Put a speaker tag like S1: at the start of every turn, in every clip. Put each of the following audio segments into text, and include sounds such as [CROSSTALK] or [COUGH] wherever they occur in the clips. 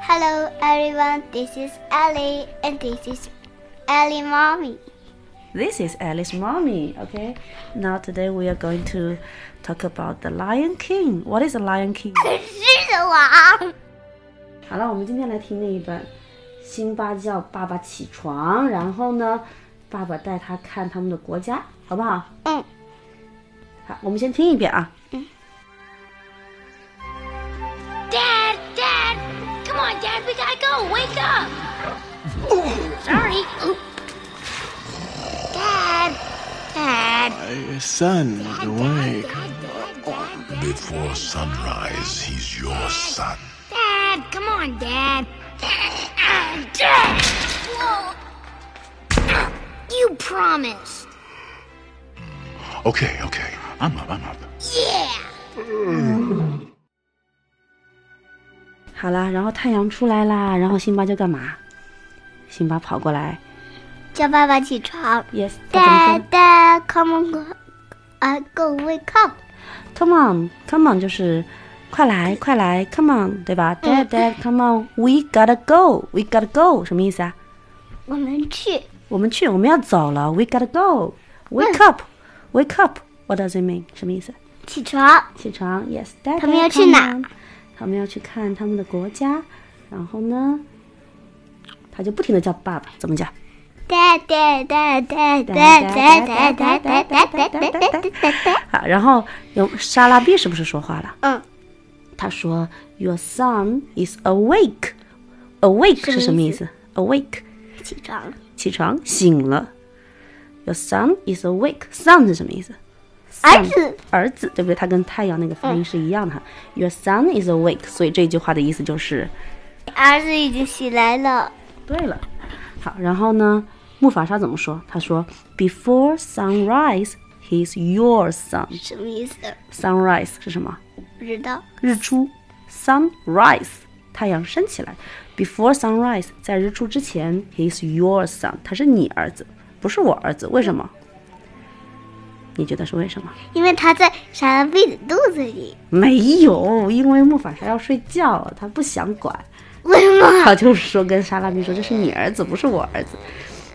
S1: Hello everyone, this is Ellie and this is Ellie mommy.
S2: This is Alice Mommy, okay? Now today we are going to talk about the Lion King. What is the Lion King?
S1: 狮子王，
S2: 好了，我们今天来听那一段。辛巴叫爸爸起床，然后呢，爸爸带他看他们的国家，好不好？
S1: 嗯，
S2: 好，我们先听一遍啊。
S3: Dad, Dad, come on, Dad, we gotta go. Wake up. Sorry.
S1: Dad, Dad,
S4: My son is awake.
S5: Before sunrise, he's your son.
S3: Dad, come on, Dad. Whoa. You promised.
S5: Okay, okay. I'm up, I'm up.
S3: Yeah.
S2: 好啦，然后太阳出来啦，然后辛巴就干嘛？辛巴跑过来
S1: 叫爸爸起床。
S2: ，yes，他怎么说
S1: Dad,
S2: 呢
S1: Dad, come on, I go wake up.
S2: ？Come on，come on，就是快来快来，come on，对吧？Dad dad，come on，we gotta go，we gotta go，什么意思啊？
S1: 我们去
S2: 我们去，我们要走了，we gotta go，wake up，wake up，what does it mean？什么意思？
S1: 起床。
S2: 起床，yes，dad，
S1: 他们要去哪
S2: come on？他们要去看他们的国家，然后呢，他就不停的叫爸爸，怎么叫？
S1: Dad, Dad, Dad, Dad, Dad,
S2: 哒哒
S1: Dad,
S2: 哒
S1: Dad,
S2: 哒
S1: Dad, Dad,
S2: 哒哒
S1: Dad,
S2: 哒
S1: Dad,
S2: 哒
S1: Dad, Dad, Dad.
S2: 好，啊然后有莎拉碧是不是说话了？
S1: 嗯，
S2: 他说，Your son is awake。awake 是什么意思？awake
S1: 起床。
S2: 起床醒了。Your son is awake。son 是什么意思？
S1: 儿子，
S2: 儿子，对不对？它跟太阳那个发音是一样的哈。Your son is awake，所以这句话的意思就是
S1: 儿子已经起来了。
S2: 对了。好，然后呢，木法沙怎么说？他说，Before sunrise, he's your son。
S1: 什么意思？
S2: Sunrise 是什么？
S1: 不知道。
S2: 日出，sunrise，太阳升起来。Before sunrise，在日出之前，he's your son，他是你儿子，不是我儿子。为什么？你觉得是为什么？
S1: 因为他在傻拉贝的肚子里。
S2: 没有，因为木法沙要睡觉，他不想管。
S1: 为什么？
S2: 他就是说跟莎拉米说这是你儿子，不是我儿子。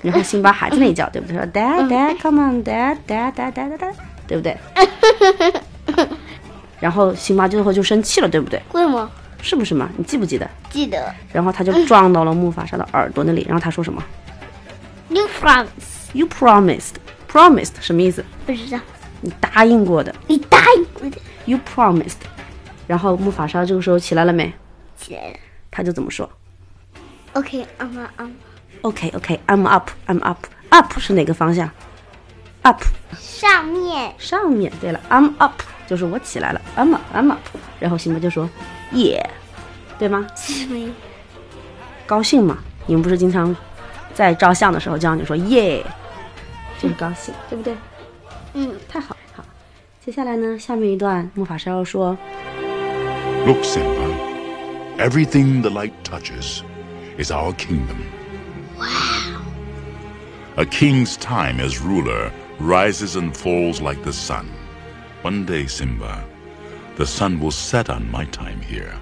S2: 然后辛巴还在那里叫，对不对？他说 Dad, Dad, come on, Dad, Dad, Dad, Dad, Dad，对不对？然后辛巴最后就生气了，对不对？
S1: 为什么？
S2: 是不是嘛？你记不记得？
S1: 记得
S2: 然后他就撞到了木法沙的耳朵那里，然后他说什么
S1: New France
S2: ？You promised, promised 什么意思？
S1: 不知道，
S2: 你答应过的
S1: 你答应我的，
S2: ，You promised。然后木法沙这个时候起来了没？
S1: 起来了。
S2: 他就怎么说
S1: OK，阿嗯妈阿妈，
S2: ？OK, OK, I'm up, I'm up, up 是哪个方向？Up
S1: 上面
S2: 上面。对了，I'm up 就是我起来了，I'm up, I'm up。然后辛巴就说耶，对吗？
S1: 是没
S2: 高兴嘛？你们不是经常在照相的时候叫你说耶，就是高兴，对不对？
S1: 嗯，
S2: 太好了。好，接下来呢，下面一段木法沙要说
S5: Look, Simba. Everything the light touches is our kingdom. Wow. A king's time as ruler rises and falls like the sun. One day, Simba, the sun will set on my time here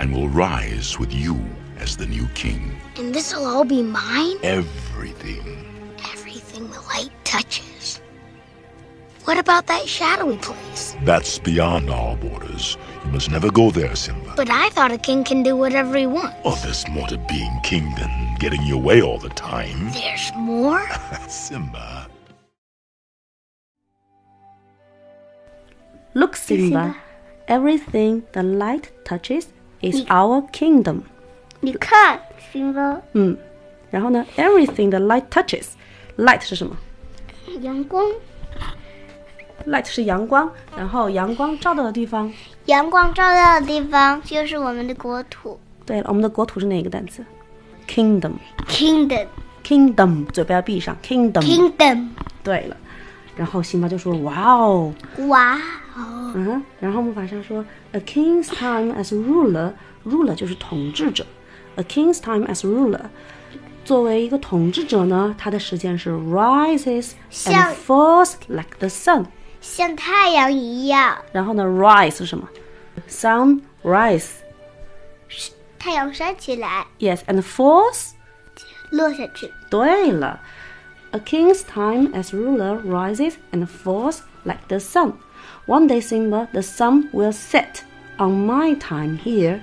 S5: and will rise with you as the new king.
S3: And this'll all be mine?
S5: Everything.
S3: Everything the light touches. What about that shadowy place?
S5: That's beyond our borders. You must never go there, Simba.
S3: But I thought a king can do whatever he wants.
S5: Oh, there's more to being king than getting your way all the time. [LAUGHS]
S3: There's more?
S5: Simba.
S2: ：“Look, Simba, everything the light touches is our kingdom。
S1: 你看，行吧，”
S2: 嗯，然后呢，everything the light touches。Light 是什么
S1: 阳光，
S2: ？Light 是阳光，然后阳光照到的地方。
S1: 阳光照耀的地方就是我们的国土
S2: 对了，我们的国土是哪个单词？Kingdom。
S1: ，Kingdom，Kingdom。
S2: Kingdom，嘴巴要闭上。Kingdom。
S1: Kingdom
S2: 对了，然后辛巴就说：“哇哦，
S1: 哇，哦
S2: 嗯，然后木法沙说，A king's time as ruler，ruler 就是统治者，A king's time as ruler，作为一个统治者呢，他的时间是 rises
S1: 像
S2: and falls like the sun。
S1: 像太阳一样，
S2: 然后呢，rise 是什么？sunrise，
S1: 太阳升起来，
S2: Yes, and falls
S1: 落下去。
S2: 对了，A king's time as ruler rises and falls like the sun. One day, Simba, the sun will set on my time here.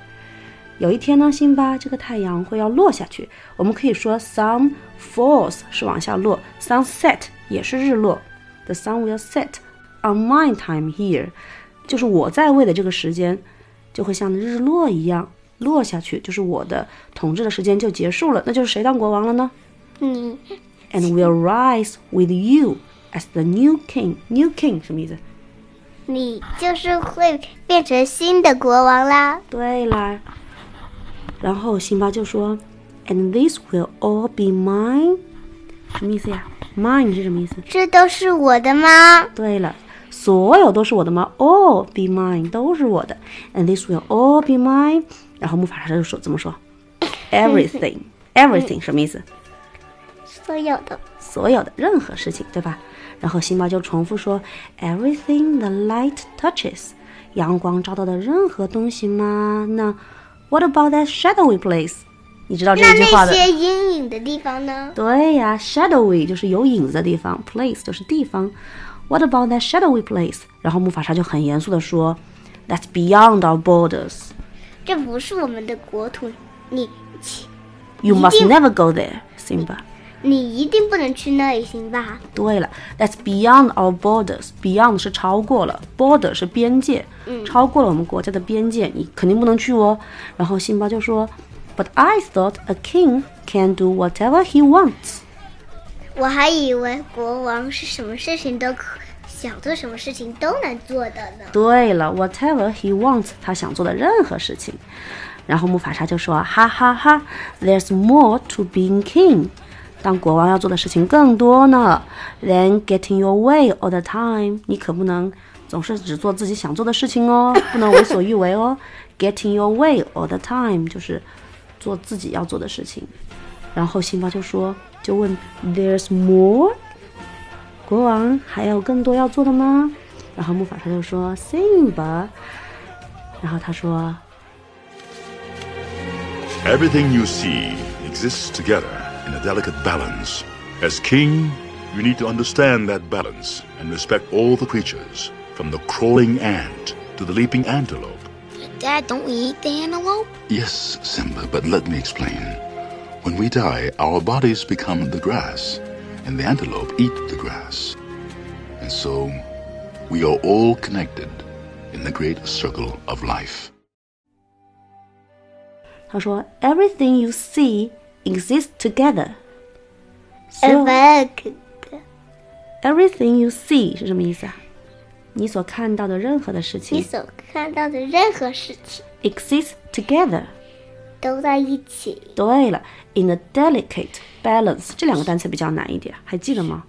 S2: 有一天呢，辛巴这个太阳会要落下去。我们可以说 sun falls 是往下落，sunset 也是日落。The sun will set on my time here，就是我在位的这个时间就会像日落一样落下去，就是我的统治的时间就结束了。那就是谁当国王了呢？
S1: 你
S2: and will rise with you as the new king. New king 什么意思？
S1: 你就是会变成新的国王啦。
S2: 对啦。然后辛巴就说，and this will all be mine，什么意思呀？mine 是什么意思？
S1: 这都是我的吗？
S2: 对了，所有都是我的吗？All be mine，都是我的。And this will all be mine。然后木法沙就说怎么说？Everything，everything 什么意思？
S1: 所有的。
S2: 所有的任何事情，对吧？然后辛巴就重复说：“Everything the light touches，阳光照到的任何东西吗？那 What about that shadowy place？你知道这
S1: 那
S2: 句话
S1: 那
S2: 的？
S1: 些阴影的地方呢？
S2: 对呀，shadowy 就是有影子的地方，place 就是地方。What about that shadowy place？然后木法沙就很严肃的说：That's beyond our borders。
S1: 这不是我们的国土，你切
S2: You
S1: 一
S2: must
S1: 定
S2: never go there, Simba。”
S1: 你一定不能去那里，行吧？
S2: 对了，That's beyond our borders. Beyond 是超过了，border 是边界，超过了我们国家的边界，你肯定不能去哦。然后辛巴就说，But I thought a king can do whatever he wants。
S1: 我还以为国王是什么事情都可想做，什么事情都能做的呢。
S2: 对了，whatever he wants，他想做的任何事情。然后木法沙就说：“哈哈哈，There's more to being king。当国王要做的事情更多呢，than getting your way all the time。你可不能总是只做自己想做的事情哦， [LAUGHS] 不能为所欲为哦。getting your way all the time 就是做自己要做的事情。然后辛巴就说，就问 There's more。”国王还有更多要做的吗？然后木法沙就说 Simba，然后他说
S5: Everything you see exists together in a delicate balance. As king, you need to understand that balance and respect all the creatures, from the crawling ant to the leaping antelope.
S3: Dad, don't we eat the antelope?
S5: Yes, Simba, but let me explain. When we die, our bodies become the grass, and the antelope eat the grass. And so, we are all connected in the great circle of life.
S2: 他说 Everything you see exists together。所有
S1: And work
S2: everything you see 是什么意思啊？你所看到的任何的事
S1: 你
S2: 情
S1: 所看到的任何事情
S2: exists together。
S1: 都在一起，
S2: 对了，in a delicate balance 这两个单词比较难一点，还记得吗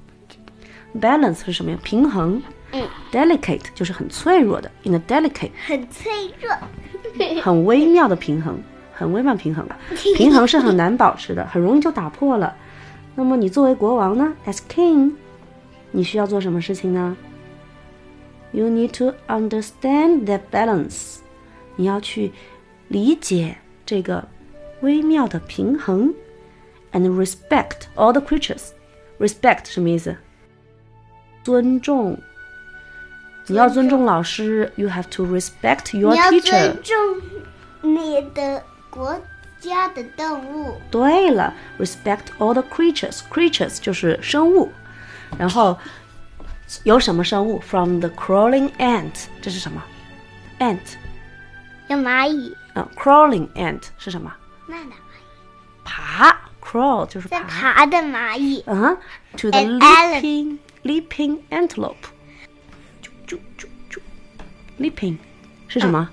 S2: ？balance 是什么呀？平衡。
S1: 嗯
S2: delicate 就是很脆弱的，in a delicate
S1: 很脆 [LAUGHS] 弱。
S2: 很微妙的平衡，很微妙平衡。平衡是很难保持的， [LAUGHS] 很容易就打破了。那么你作为国王呢，as king，你需要做什么事情呢？You need to understand that balance，你要去理解这个微妙的平衡，and respect all the creatures。respect 什么意思？尊重。你要尊重老师，you have to respect your
S1: 你要
S2: teacher
S1: 尊。重你的国家的动物，
S2: 对了，respect all the creatures。creatures 就是生物，然后有什么生物？From the crawling ant，这是什么？ant，
S1: 有蚂蚁，
S2: 嗯、c r a w l i n g ant 是什么？
S1: 那哪
S2: 爬，crawl 就是
S1: 在
S2: 爬。
S1: 爬的蚂蚁，
S2: 嗯哼，to the
S1: An ele-
S2: leaping leaping antelope，啾啾啾啾，leaping 是什么？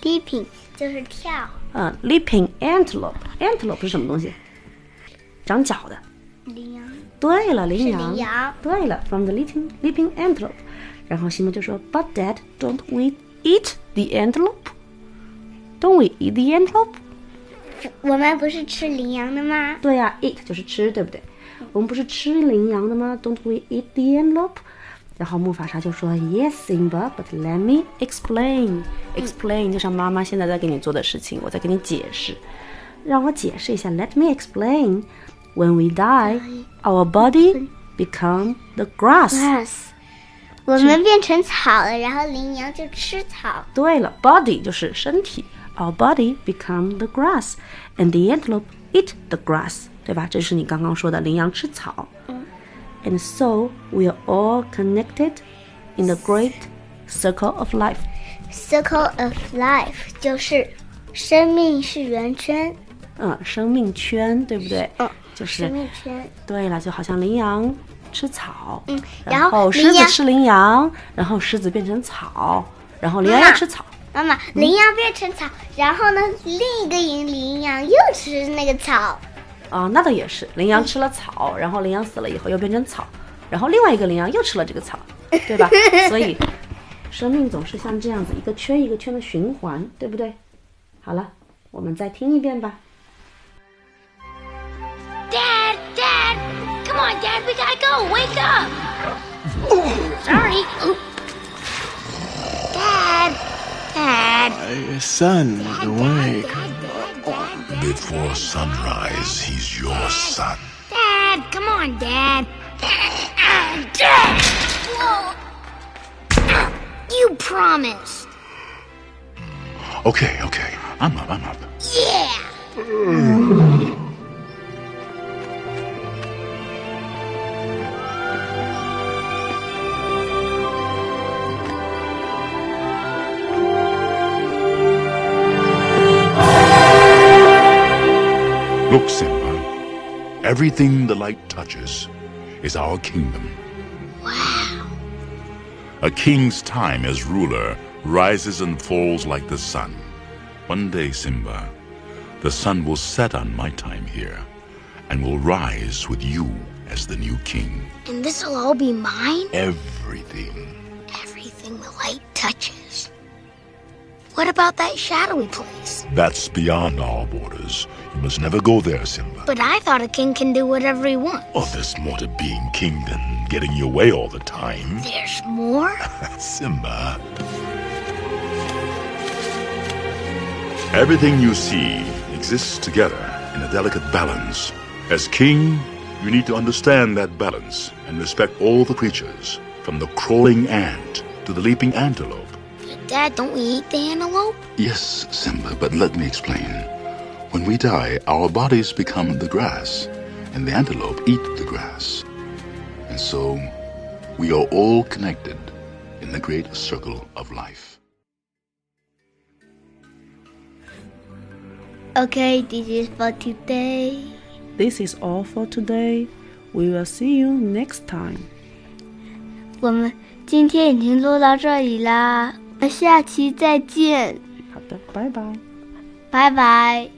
S1: 低频就是跳，
S2: 嗯、l e a p i n g antelope，antelope 是什么东西？长脚的。
S1: 羚羊
S2: 对了，羚
S1: 是
S2: 羊。
S1: 羚羊，
S2: 对了，from the leaping leaping antelope。然后西蒙就说，But Dad, don't we eat the antelope? Don't we eat the antelope?
S1: 我们不是吃羚羊的吗？
S2: 对呀、e a t 就是吃，对不对？我们不是吃羚羊的吗？Don't we eat the antelope? 然后木法沙就说：“Yes, Simba, but let me explain. Explain 就像妈妈现在在给你做的事情，我在给你解释。让我解释一下。Let me explain. When we die, our body become the grass.
S1: Yes，我们变成草了，然后羚羊就吃草。
S2: 对了，body 就是身体，our body become the grass, and the antelope eat the grass，对吧？这是你刚刚说的羚羊吃草。And
S1: 嗯
S2: so we are all connected in the great circle of life.
S1: Circle of life 就是生命是圆圈，
S2: 嗯，生命圈，对不对？
S1: 嗯，
S2: 就是
S1: 生命圈。
S2: 对了，就好像羚羊吃草，
S1: 嗯然
S2: 然
S1: 后
S2: 后狮
S1: 羚
S2: 子
S1: 羊
S2: 吃羚羊，然后狮子变成草，然后羚
S1: 妈
S2: 羊
S1: 妈
S2: 吃草。
S1: 妈妈，羚羊变成草，然后呢，另一个羚羚羊又吃那个草，
S2: 啊，那倒也是，羚羊吃了草，然后羚羊死了以后又变成草，然后另外一个羚羊又吃了这个草，对 [LAUGHS] 吧？所以，生命总是像这样子一个圈一个圈的循环，对不对？好了，我们再听一遍吧。
S3: Dad, Dad, come on, Dad, we gotta go. Wake up. Sorry. Dad, Dad,
S4: My son is awake.
S5: Before sunrise, he's your son.
S3: Dad, come on, Dad. Dad. Whoa. You promised.
S5: Okay, okay. I'm up, I'm up.
S3: Yeah.
S5: Look, Simba. Everything the light touches is our kingdom. Wow. A king's time as ruler rises and falls like the sun. One day, Simba, the sun will set on my time here and will rise with you as the new king.
S3: And this'll all be mine?
S5: Everything.
S3: Everything the light touches. What about that shadowy place?
S5: That's beyond our borders. You must never go there, Simba.
S3: But I thought a king can do whatever he wants.
S5: Oh, there's more to being king than getting your way all the time.
S3: There's more?
S5: [LAUGHS] Simba. Everything you see exists together in a delicate balance. As king, you need to understand that balance and respect all the creatures, from the crawling ant to the leaping antelope.
S3: Dad, don't we eat the antelope?
S5: Yes, Simba, but let me explain. When we die, our bodies become the grass, and the antelope eat the grass. And so, we are all connected in the great circle of life.
S1: Okay, this is for today.
S2: This is all for today. We will see you next time.
S1: 我们今天已经录到这里啦，那下期再见，
S2: 好的，拜拜。
S1: 拜拜。